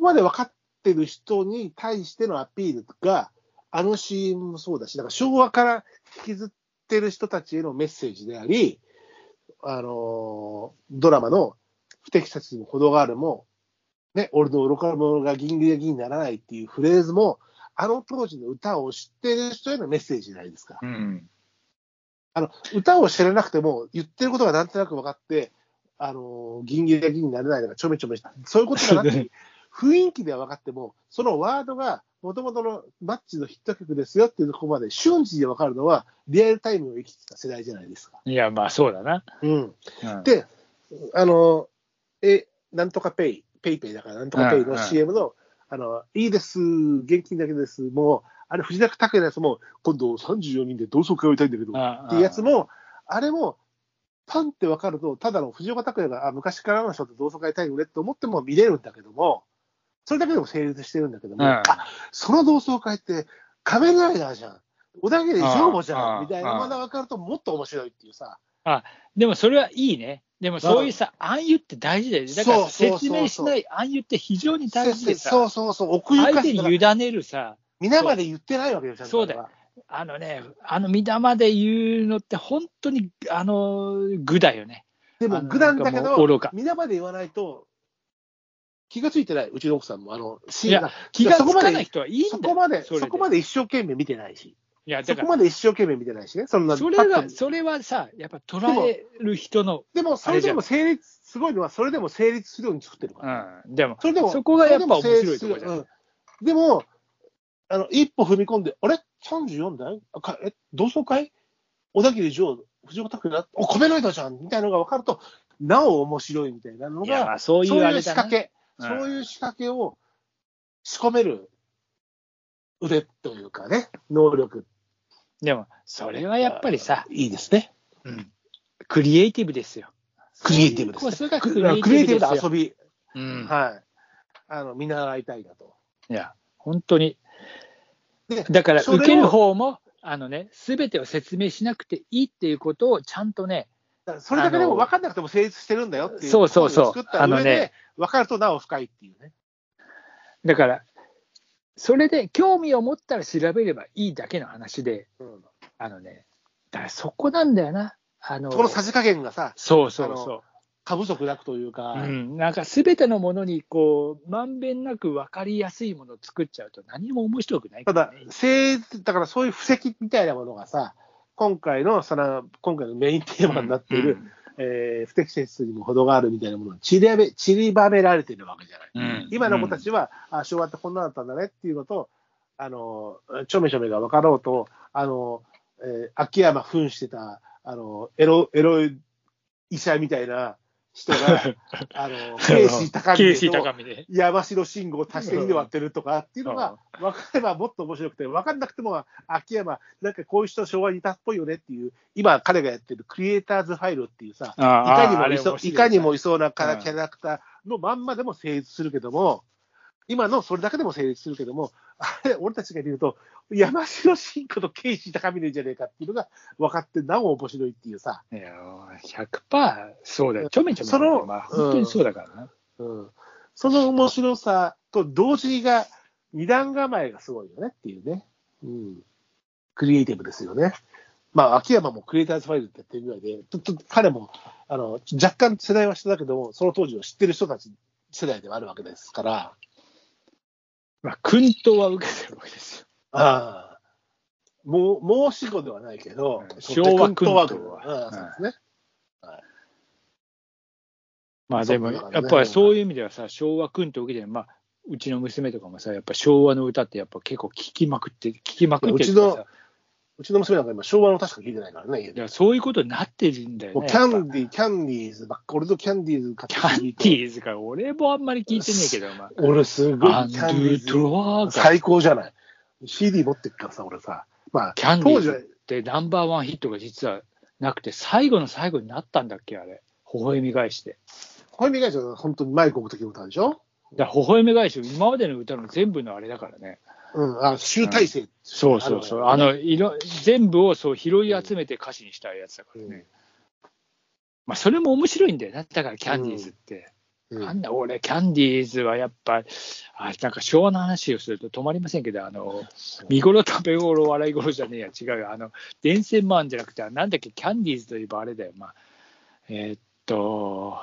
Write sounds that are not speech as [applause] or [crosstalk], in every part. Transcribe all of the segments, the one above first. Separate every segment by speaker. Speaker 1: まで分かってる人に対してのアピールが、あの CM もそうだし、だから昭和から引きずってる人たちへのメッセージであり、あのードラマの不適切にも程があるも、ね、俺の愚か者がギンギラギンにならないっていうフレーズも、あの当時の歌を知ってる人へのメッセージじゃないですか。
Speaker 2: うん。
Speaker 1: あの、歌を知らなくても、言ってることがなんとなく分かって、あのー、ギンギラギンになれないとか、ちょめちょめした。そういうことがなくて、雰囲気では分かっても、そのワードが、もともとのマッチのヒット曲ですよっていうところまで瞬時で分かるのは、リアルタイムを生きてた世代じゃないですか。
Speaker 2: いや、まあそうだな。
Speaker 1: うん。
Speaker 2: うん、
Speaker 1: で、あのー、え、なんとかペイ、ペイペイだから、なんとかペイ
Speaker 2: うん
Speaker 1: の
Speaker 2: うん
Speaker 1: CM の、あの、いいです、現金だけです、もう、あれ、藤田拓也のやつも、今度34人で同窓会をやりたいんだけど、
Speaker 2: あ
Speaker 1: っていうやつ、も、あれも、パンって分かると、ただの藤岡拓也があ昔からの人と同窓会タイムねって思っても見れるんだけども、それだけでも成立してるんだけども、
Speaker 2: うん
Speaker 1: あその同窓会って仮面ライダーじゃん、小田切丈吾じ
Speaker 2: うん
Speaker 1: ゃ
Speaker 2: うん
Speaker 1: んみたいなまだ分かるともっと面白いっていうさ、
Speaker 2: でもそれはいいね。でもそういうさ、暗喩って大事だよね。だから
Speaker 1: そうそうそうそう
Speaker 2: 説明しない暗喩って非常に大事でさ、
Speaker 1: そうそうそう、奥ゆ
Speaker 2: 相
Speaker 1: か
Speaker 2: 手
Speaker 1: し
Speaker 2: に
Speaker 1: い。
Speaker 2: 委ねるさ、
Speaker 1: 皆まで言ってないわけよ、ちゃんと。
Speaker 2: そうだよあのね、あの見玉で言うのって本当に、あの、具だよね。
Speaker 1: で
Speaker 2: あ
Speaker 1: も、
Speaker 2: の
Speaker 1: 具なんだけ
Speaker 2: なんかも
Speaker 1: ど
Speaker 2: う愚か、
Speaker 1: 皆まで言わないと、気がついてない、うちの奥さんも、あの、シ
Speaker 2: い
Speaker 1: ーン
Speaker 2: や
Speaker 1: が、
Speaker 2: 気がつかない人はいいんだよ。
Speaker 1: そこまで、
Speaker 2: それ
Speaker 1: そこまで一生懸命見てないし。
Speaker 2: いや、だ
Speaker 1: そこ
Speaker 2: から、
Speaker 1: まで一生懸命見てないしね、そんな
Speaker 2: それ
Speaker 1: パ
Speaker 2: は、
Speaker 1: ッと
Speaker 2: それはさ、やっぱ捉える人の、
Speaker 1: でも、それでも成立、すごいのは、それでも成立するように作ってるか
Speaker 2: う
Speaker 1: ら。
Speaker 2: ん、でも、
Speaker 1: それでも、
Speaker 2: そこがやっぱ面白いところじゃ
Speaker 1: それでも成立する
Speaker 2: ん。
Speaker 1: うんでも、あの、一歩踏み込んで、あれ ?34 代あかえ、同窓会小田切城、藤岡拓也お、米ライダーじゃんみたいなのが分かると、なお面白いみたいなの
Speaker 2: いや、ま
Speaker 1: が、
Speaker 2: あそうい
Speaker 1: そうう
Speaker 2: あ
Speaker 1: い
Speaker 2: れ
Speaker 1: う仕
Speaker 2: だな
Speaker 1: 掛。け、
Speaker 2: うん
Speaker 1: そういう仕掛けを仕込める腕というかね、能力。
Speaker 2: でも、それはやっぱりさ、
Speaker 1: いいですね。
Speaker 2: クリエイティブですよ。
Speaker 1: クリエイティブです
Speaker 2: そういうこそが
Speaker 1: ク
Speaker 2: ク
Speaker 1: リエイテ
Speaker 2: リエ
Speaker 1: ィ
Speaker 2: イティ
Speaker 1: ブ
Speaker 2: ブ
Speaker 1: な
Speaker 2: です
Speaker 1: 遊
Speaker 2: よ。
Speaker 1: び、
Speaker 2: うん
Speaker 1: はい。あの、見習いたいなと。
Speaker 2: いや、本当に。
Speaker 1: で
Speaker 2: だから、
Speaker 1: それを
Speaker 2: 受ける方も、あのね、すべてを説明しなくていいっていうことをちゃんとね、
Speaker 1: だからそれだけで
Speaker 2: あの
Speaker 1: も分かんなくても成立してるんだよっていう。
Speaker 2: そうそうそう
Speaker 1: 作った上
Speaker 2: あのね
Speaker 1: で、分かるとなお深いっていうね。
Speaker 2: だから、それで興味を持ったら調べればいいだけの話で、
Speaker 1: うん
Speaker 2: あのね、だからそこなんだよな。あの
Speaker 1: このさじ加減がさ、
Speaker 2: そうそうそ
Speaker 1: 過不足なくというか、
Speaker 2: う。うん、なんかすべてのものにこうまんべんなく分かりやすいものを作っちゃうと何も面白くないか
Speaker 1: た
Speaker 2: ら
Speaker 1: だ
Speaker 2: ね、
Speaker 1: 成立、だからそういう布石みたいなものがさ、今回の、その、今回のメインテーマになっている、えー不適切にも程があるみたいなものが散りばめ散りばめられてるわけじゃない。
Speaker 2: うん、うん
Speaker 1: 今の子た、ちは、あ昭和ってこんなだったんだねっていうのと、あのちょめちょめが分かろうと、あのえー秋山扮してたあのエロエロ医者みたいな人が、
Speaker 2: [laughs]
Speaker 1: あのケイシー高
Speaker 2: ケ
Speaker 1: 見
Speaker 2: イシー
Speaker 1: と
Speaker 2: 高見で。
Speaker 1: 山城信号を足して2で割ってるとかっていうのが分かればもっと面白くて、分かんなくても秋山、なんかこういう人昭和にいたっぽいよねっていう、今彼がやってるクリエイターズファイルっていうさ、いかにもいそういかにもいそうなキ
Speaker 2: うん
Speaker 1: ャラクターのまんまでも成立するけども、今のそれだけでも成立するけども、あれ、俺たちが見ると、山城慎吾とケイシー高峰じゃねえかっていうのが分かって、なお面白いっていうさ、
Speaker 2: いや、100%そうだよ。ちょめちょめ。
Speaker 1: その
Speaker 2: まあ、本当にそうだからな。
Speaker 1: うん、その面白さと同時が、二段構えがすごいよねっていうね、うん、クリエイティブですよね。まあ、秋山もクリエイターズファイルってやってるぐらいで、ちょっと彼もあの若干世代は下だけども、その当時を知ってる人たち世代ではあるわけですから。
Speaker 2: まあ、薫陶は受けてるわけ
Speaker 1: [laughs]
Speaker 2: ですよ。
Speaker 1: ああ。もう、申し子ではないけど、
Speaker 2: うん昭和君とは
Speaker 1: は。うんそうですね。
Speaker 2: まあ、でも、
Speaker 1: そうだからね
Speaker 2: やっぱりそういう意味ではさ、昭和薫陶受けてる。まあ、うちの娘とかもさ、やっぱ昭和の歌ってやっぱ結構聞きまくって、聞きまくってるっていうかさ
Speaker 1: うちの娘なんか今、昭和の確か聞いてないからね、家
Speaker 2: い
Speaker 1: で。
Speaker 2: やそういうことになってるんだよ
Speaker 1: もう
Speaker 2: ね。
Speaker 1: キャ
Speaker 2: やっ
Speaker 1: ンディー、キャンディーズばっか、俺とキャンディーズ買
Speaker 2: ぱキャンデ
Speaker 1: ィー
Speaker 2: ィーズか、俺もあんまり聞いてねえけど、ま
Speaker 1: 俺すごい
Speaker 2: あ、アン
Speaker 1: キ
Speaker 2: ド
Speaker 1: ャンディ
Speaker 2: ゥ
Speaker 1: ーズ。
Speaker 2: トワーが、
Speaker 1: 最高じゃない。CD 持ってっからさ、俺さ。まあ、
Speaker 2: キャンディー
Speaker 1: 当時
Speaker 2: ズ
Speaker 1: は
Speaker 2: ってナンバーワンヒットが実はなくて、最後の最後になったんだっけ、あれ。微笑み返して。
Speaker 1: 恋人会社は本当にマイコ置くときの歌でしょ
Speaker 2: だから微笑み返し、今までの歌の全部のあれだからね。
Speaker 1: うん、あ、集大成。
Speaker 2: そうそうそう。あの、いろ全部をそう拾い集めて歌詞にしたやつだからね。
Speaker 1: うん
Speaker 2: まあ、それも面白いんだよな。だから、キャンディーズって。
Speaker 1: うん
Speaker 2: なんだ俺、キャンディーズはやっぱ、あなんか昭和の話をすると止まりませんけど、あの見頃、食べ頃、笑い頃じゃねえや、違うよ、あの、電線マンじゃなくて、あなんだっけ、キャンディーズといえばあれだよ、まあ、えーっと、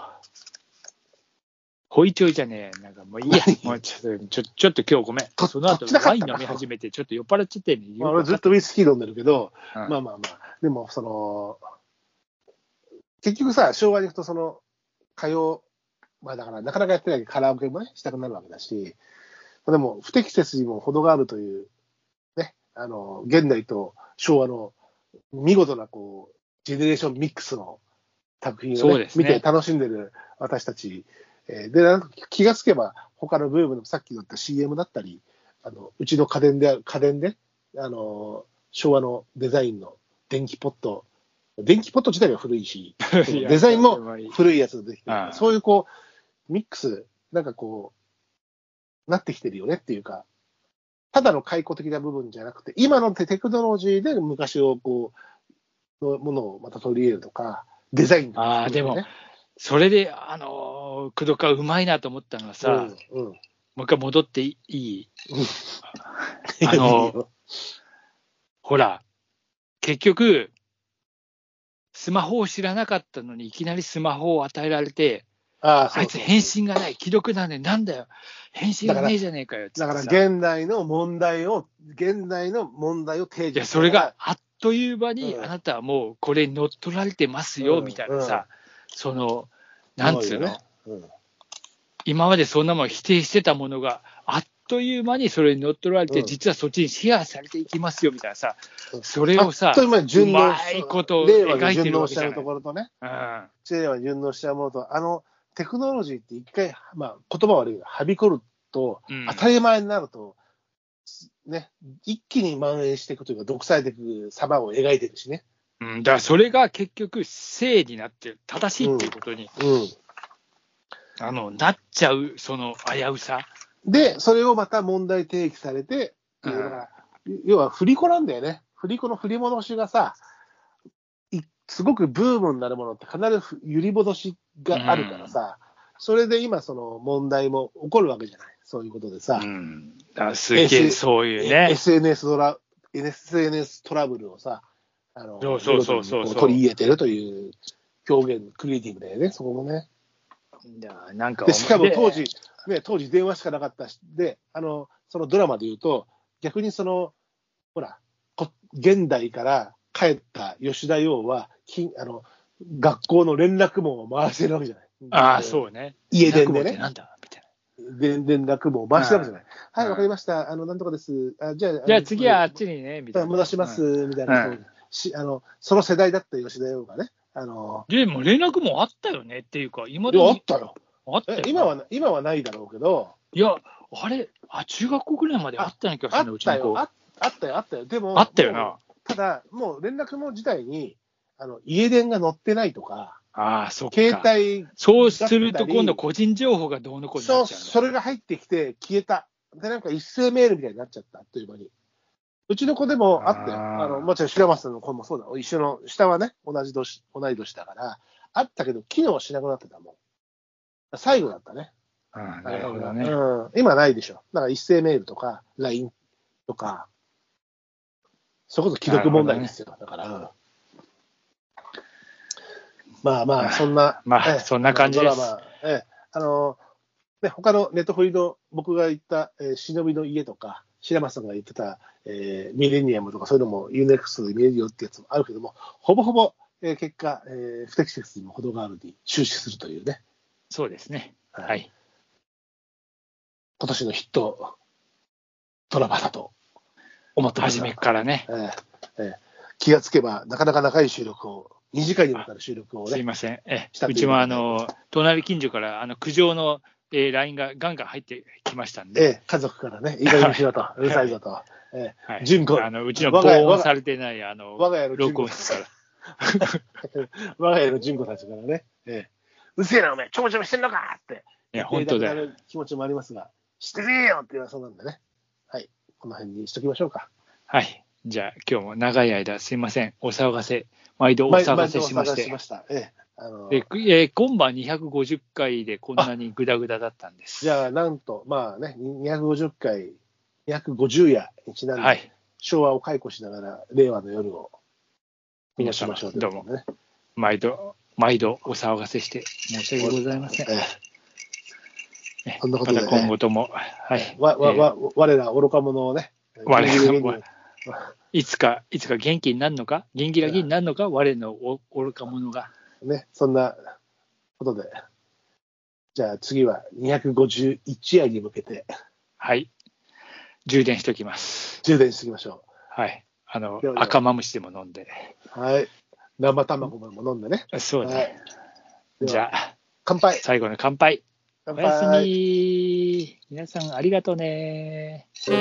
Speaker 2: ホイチョイじゃねえ、なんかもういいや、もうちょっと、ちょちょっと今日ごめん、
Speaker 1: と
Speaker 2: その後
Speaker 1: とっちなか
Speaker 2: ワ
Speaker 1: っ
Speaker 2: イ
Speaker 1: た
Speaker 2: ン
Speaker 1: な
Speaker 2: 飲み始めて、ちょっと酔っ払っちゃってね、
Speaker 1: まあ、俺ずっとウイスキー飲んでるけど、
Speaker 2: うん
Speaker 1: まあまあまあ、でも、その、結局さ、昭和に行くと、その、歌謡、まあだから、なかなかやってないけどカラオケもね、したくなるわけだし、まあでも、不適切にも程があるという、ね、あの、現代と昭和の見事な、こう、ジェネレーションミックスの作品
Speaker 2: そ
Speaker 1: を、
Speaker 2: う
Speaker 1: ね
Speaker 2: ですね
Speaker 1: 見て楽しんでる私たち、えーで、なんか気がつけば、他のブームのさっきの言った CM だったり、あのうちの家電である、家電で、あの、昭和のデザインの電気ポット、電気ポット自体が古いし、
Speaker 2: いや
Speaker 1: デザイン
Speaker 2: それ
Speaker 1: も
Speaker 2: はいい
Speaker 1: 古いやつでできてる
Speaker 2: ああ
Speaker 1: そういうこう、ミックス、なんかこう、なってきてるよねっていうか、ただの解雇的な部分じゃなくて、今のテテクノロジーで昔をこう、のものをまた取り入れるとか、デザインとか、
Speaker 2: ああでもそれで、あのー、工藤かうまいなと思ったのはさ、も
Speaker 1: うんうん、
Speaker 2: う一回戻っていいあ
Speaker 1: [laughs] いい
Speaker 2: の、
Speaker 1: よ
Speaker 2: ほら、結局、スマホを知らなかったのに、いきなりスマホを与えられて、
Speaker 1: ああ
Speaker 2: あ
Speaker 1: そう
Speaker 2: い
Speaker 1: そ
Speaker 2: つ
Speaker 1: う
Speaker 2: 返信がない、既読だね、なんだよ、返信がねえじゃねえかよ、
Speaker 1: だから
Speaker 2: つってさ
Speaker 1: 現代の問題を、現代の問題を提示
Speaker 2: いや、それが
Speaker 1: か
Speaker 2: あっという間に、
Speaker 1: うん
Speaker 2: あなたはもうこれに乗っ取られてますよ、
Speaker 1: うん
Speaker 2: みたいなさ、その、
Speaker 1: ら
Speaker 2: なんつうの、
Speaker 1: そうよね
Speaker 2: 今までそんなもん否定してたものがあっという間にそれに乗っ取られて、
Speaker 1: うん
Speaker 2: 実はそっちにシェアされていきますよみたいなさ、
Speaker 1: うん
Speaker 2: それを
Speaker 1: あ
Speaker 2: さ
Speaker 1: っという間に順応
Speaker 2: うまいこと
Speaker 1: 令和
Speaker 2: 描
Speaker 1: に
Speaker 2: いて
Speaker 1: 順
Speaker 2: る
Speaker 1: 応
Speaker 2: わけ
Speaker 1: し
Speaker 2: じ
Speaker 1: ちゃ
Speaker 2: ゃ
Speaker 1: う
Speaker 2: ない
Speaker 1: と。ころとね、
Speaker 2: うん
Speaker 1: 令和に順応しちゃうものと、あの、テクノロジーって一回、まあ、言葉悪いけど、はびこると、
Speaker 2: うん
Speaker 1: 当たり前になると、ね、一気に蔓延していくというか、独裁的様を描いていくしね。
Speaker 2: うん、だからそれが結局、正になってる、正しいっていうことに、
Speaker 1: う
Speaker 2: あのなっちゃう、その危うさ、
Speaker 1: ん。で、それをまた問題提起されて、
Speaker 2: うん
Speaker 1: だから要は振り子なんだよね。振り子の振り戻しがさ、いすごくブームになるものって必ずふ揺り戻しがあるからさ、それで今その問題も起こるわけじゃない。そういうことでさ、
Speaker 2: うん、だからすげえ
Speaker 1: S-
Speaker 2: そういう
Speaker 1: え
Speaker 2: ね、
Speaker 1: SNS トラ SNS トラブルをさ、あの
Speaker 2: そうそうそうそう
Speaker 1: 見事にこ取り入れてるという表現、クリエイティブだよね、そこもね。
Speaker 2: だからなんか
Speaker 1: でしかも当時
Speaker 2: で、
Speaker 1: ね、当時電話しかなかったし、で、あの、そのドラマで言うと、逆にその、ほら、こ現代から帰った吉田洋は、きあの、学校の連絡網を回してるわけじゃない。
Speaker 2: ああ、
Speaker 1: う。
Speaker 2: そうね、
Speaker 1: 家電で
Speaker 2: 落語って
Speaker 1: ね、
Speaker 2: なんだみたいな。
Speaker 1: で連絡網を回してるわけじゃない。
Speaker 2: うん
Speaker 1: はい、わかりました。あの、なんとかです。あじゃあ、
Speaker 2: じゃあ次はあ
Speaker 1: あ
Speaker 2: っ
Speaker 1: の
Speaker 2: ちにね、みたいな。
Speaker 1: 戻します、
Speaker 2: うん
Speaker 1: みたいな、
Speaker 2: うん
Speaker 1: しあの。その世代だった吉田洋がね。あの
Speaker 2: でも連絡もあったよねっていうか、今
Speaker 1: いやあったよ
Speaker 2: あったよ
Speaker 1: え
Speaker 2: ね
Speaker 1: 今は今はないだろうけど、
Speaker 2: いや、あれ、あ中学校ぐらいまであったような気がす
Speaker 1: あ
Speaker 2: るね、う
Speaker 1: っ
Speaker 2: ちの
Speaker 1: た
Speaker 2: 子。
Speaker 1: よ、
Speaker 2: あ
Speaker 1: ああったよ、あったよ。でも、
Speaker 2: ったよ
Speaker 1: も
Speaker 2: な
Speaker 1: う。ただ、もう連絡網自体にあの家電が載ってないとか、
Speaker 2: ああ、そっ
Speaker 1: 携
Speaker 2: か。
Speaker 1: 帯
Speaker 2: そうすると、今度個人情報がどうのこうのに
Speaker 1: そ
Speaker 2: な
Speaker 1: う、
Speaker 2: っちゃう
Speaker 1: それが入ってきて消えた。で、なんか一斉メールみたいになっちゃった、あっという間に。うちの子でもあったよ。
Speaker 2: あ
Speaker 1: あ
Speaker 2: ー
Speaker 1: の、もちろん白松の子もそうだ。一緒の、下はね、同じ年、同い年だから、あったけど、機能しなくなってたもん。最後だったね。
Speaker 2: ああなるほどね。
Speaker 1: うん。今ないでしょ。だから一斉メールとか、LINE とか、それこそ既読問題ですよ。だから、うんまあまあ、そんな、
Speaker 2: まあ
Speaker 1: ええ
Speaker 2: そんな感じです
Speaker 1: ドラマ、ええ、あの、ね、他のネットフリの僕が言った、えー忍びの家とか、白松さんが言ってた、えーミレニアムとか、そういうのも UNEXT で見れるよってやつもあるけども、ほぼほぼ、えー結果、えー不適切にも程があるに終始するというね、
Speaker 2: そうですね。
Speaker 1: はい
Speaker 2: はい。
Speaker 1: 今年のヒットドラマだと思ってます
Speaker 2: 初めからね。
Speaker 1: ええええ気がつけば、なかなか長い収録を、2時間にわたる収録を
Speaker 2: すい
Speaker 1: ね、
Speaker 2: ません。え
Speaker 1: したと
Speaker 2: う
Speaker 1: いう
Speaker 2: ちも、あの、隣近所から、あの、苦情のえー LINE がガンガン入ってきましたん
Speaker 1: え
Speaker 2: で、
Speaker 1: え家族からね、いい加減にしろと、うるさいぞと、ええ
Speaker 2: はい
Speaker 1: 純子
Speaker 2: あのうちの防
Speaker 1: 我が家
Speaker 2: 音されてない、あの、
Speaker 1: 我が家の純
Speaker 2: 録
Speaker 1: 子
Speaker 2: 音、室から。
Speaker 1: [laughs] 我が家の純子たちからね、ええうるせえな、お前、ちょぼちょぼしてんのかって、
Speaker 2: いや、本当だ
Speaker 1: 言
Speaker 2: よ。
Speaker 1: いたくなる気持ちもありますが、してねえよって言わそうなんでね、はい、この辺にしときましょうか。
Speaker 2: はい。じゃあ、今日も長い間、すいません。お騒がせ、毎度お
Speaker 1: 毎
Speaker 2: 騒がせ
Speaker 1: 毎
Speaker 2: し
Speaker 1: 度お
Speaker 2: ま
Speaker 1: 騒
Speaker 2: し
Speaker 1: がせ
Speaker 2: て
Speaker 1: し。ました。ええあの
Speaker 2: で、くえー今晩250回でこんなにグダグダだったんです。
Speaker 1: じゃあ、なんと、まあね、250回、250夜にちなんで、
Speaker 2: はい。
Speaker 1: 昭和を解雇しながら、令和の夜を過ご
Speaker 2: 皆
Speaker 1: し
Speaker 2: 様
Speaker 1: ましょう、
Speaker 2: どうも
Speaker 1: も。ね、
Speaker 2: 毎度、毎度お騒がせして申し訳ございません。
Speaker 1: え
Speaker 2: ね
Speaker 1: そんな
Speaker 2: ま
Speaker 1: ことで
Speaker 2: た今後とも、はい
Speaker 1: え。わ、わ、
Speaker 2: えー
Speaker 1: わ、我ら愚か者をね、
Speaker 2: 我ら
Speaker 1: ギリギリに [laughs]
Speaker 2: わいつか、いつか元気になるのか、元気らぎになるのか、我のお愚か者が。
Speaker 1: ね、そんなことで、じゃあ次は251夜に向けて
Speaker 2: はい。充電しておきます。
Speaker 1: 充電していきましょ
Speaker 2: はい。あの
Speaker 1: では、では
Speaker 2: 赤マムシでも飲んで。
Speaker 1: う。はい。生卵も飲んでね。
Speaker 2: そう
Speaker 1: は
Speaker 2: ね
Speaker 1: い。では
Speaker 2: じゃあ、
Speaker 1: 乾杯
Speaker 2: 最後の乾杯。
Speaker 1: 乾
Speaker 2: おやすみ。皆さんありがとうね。
Speaker 1: 杯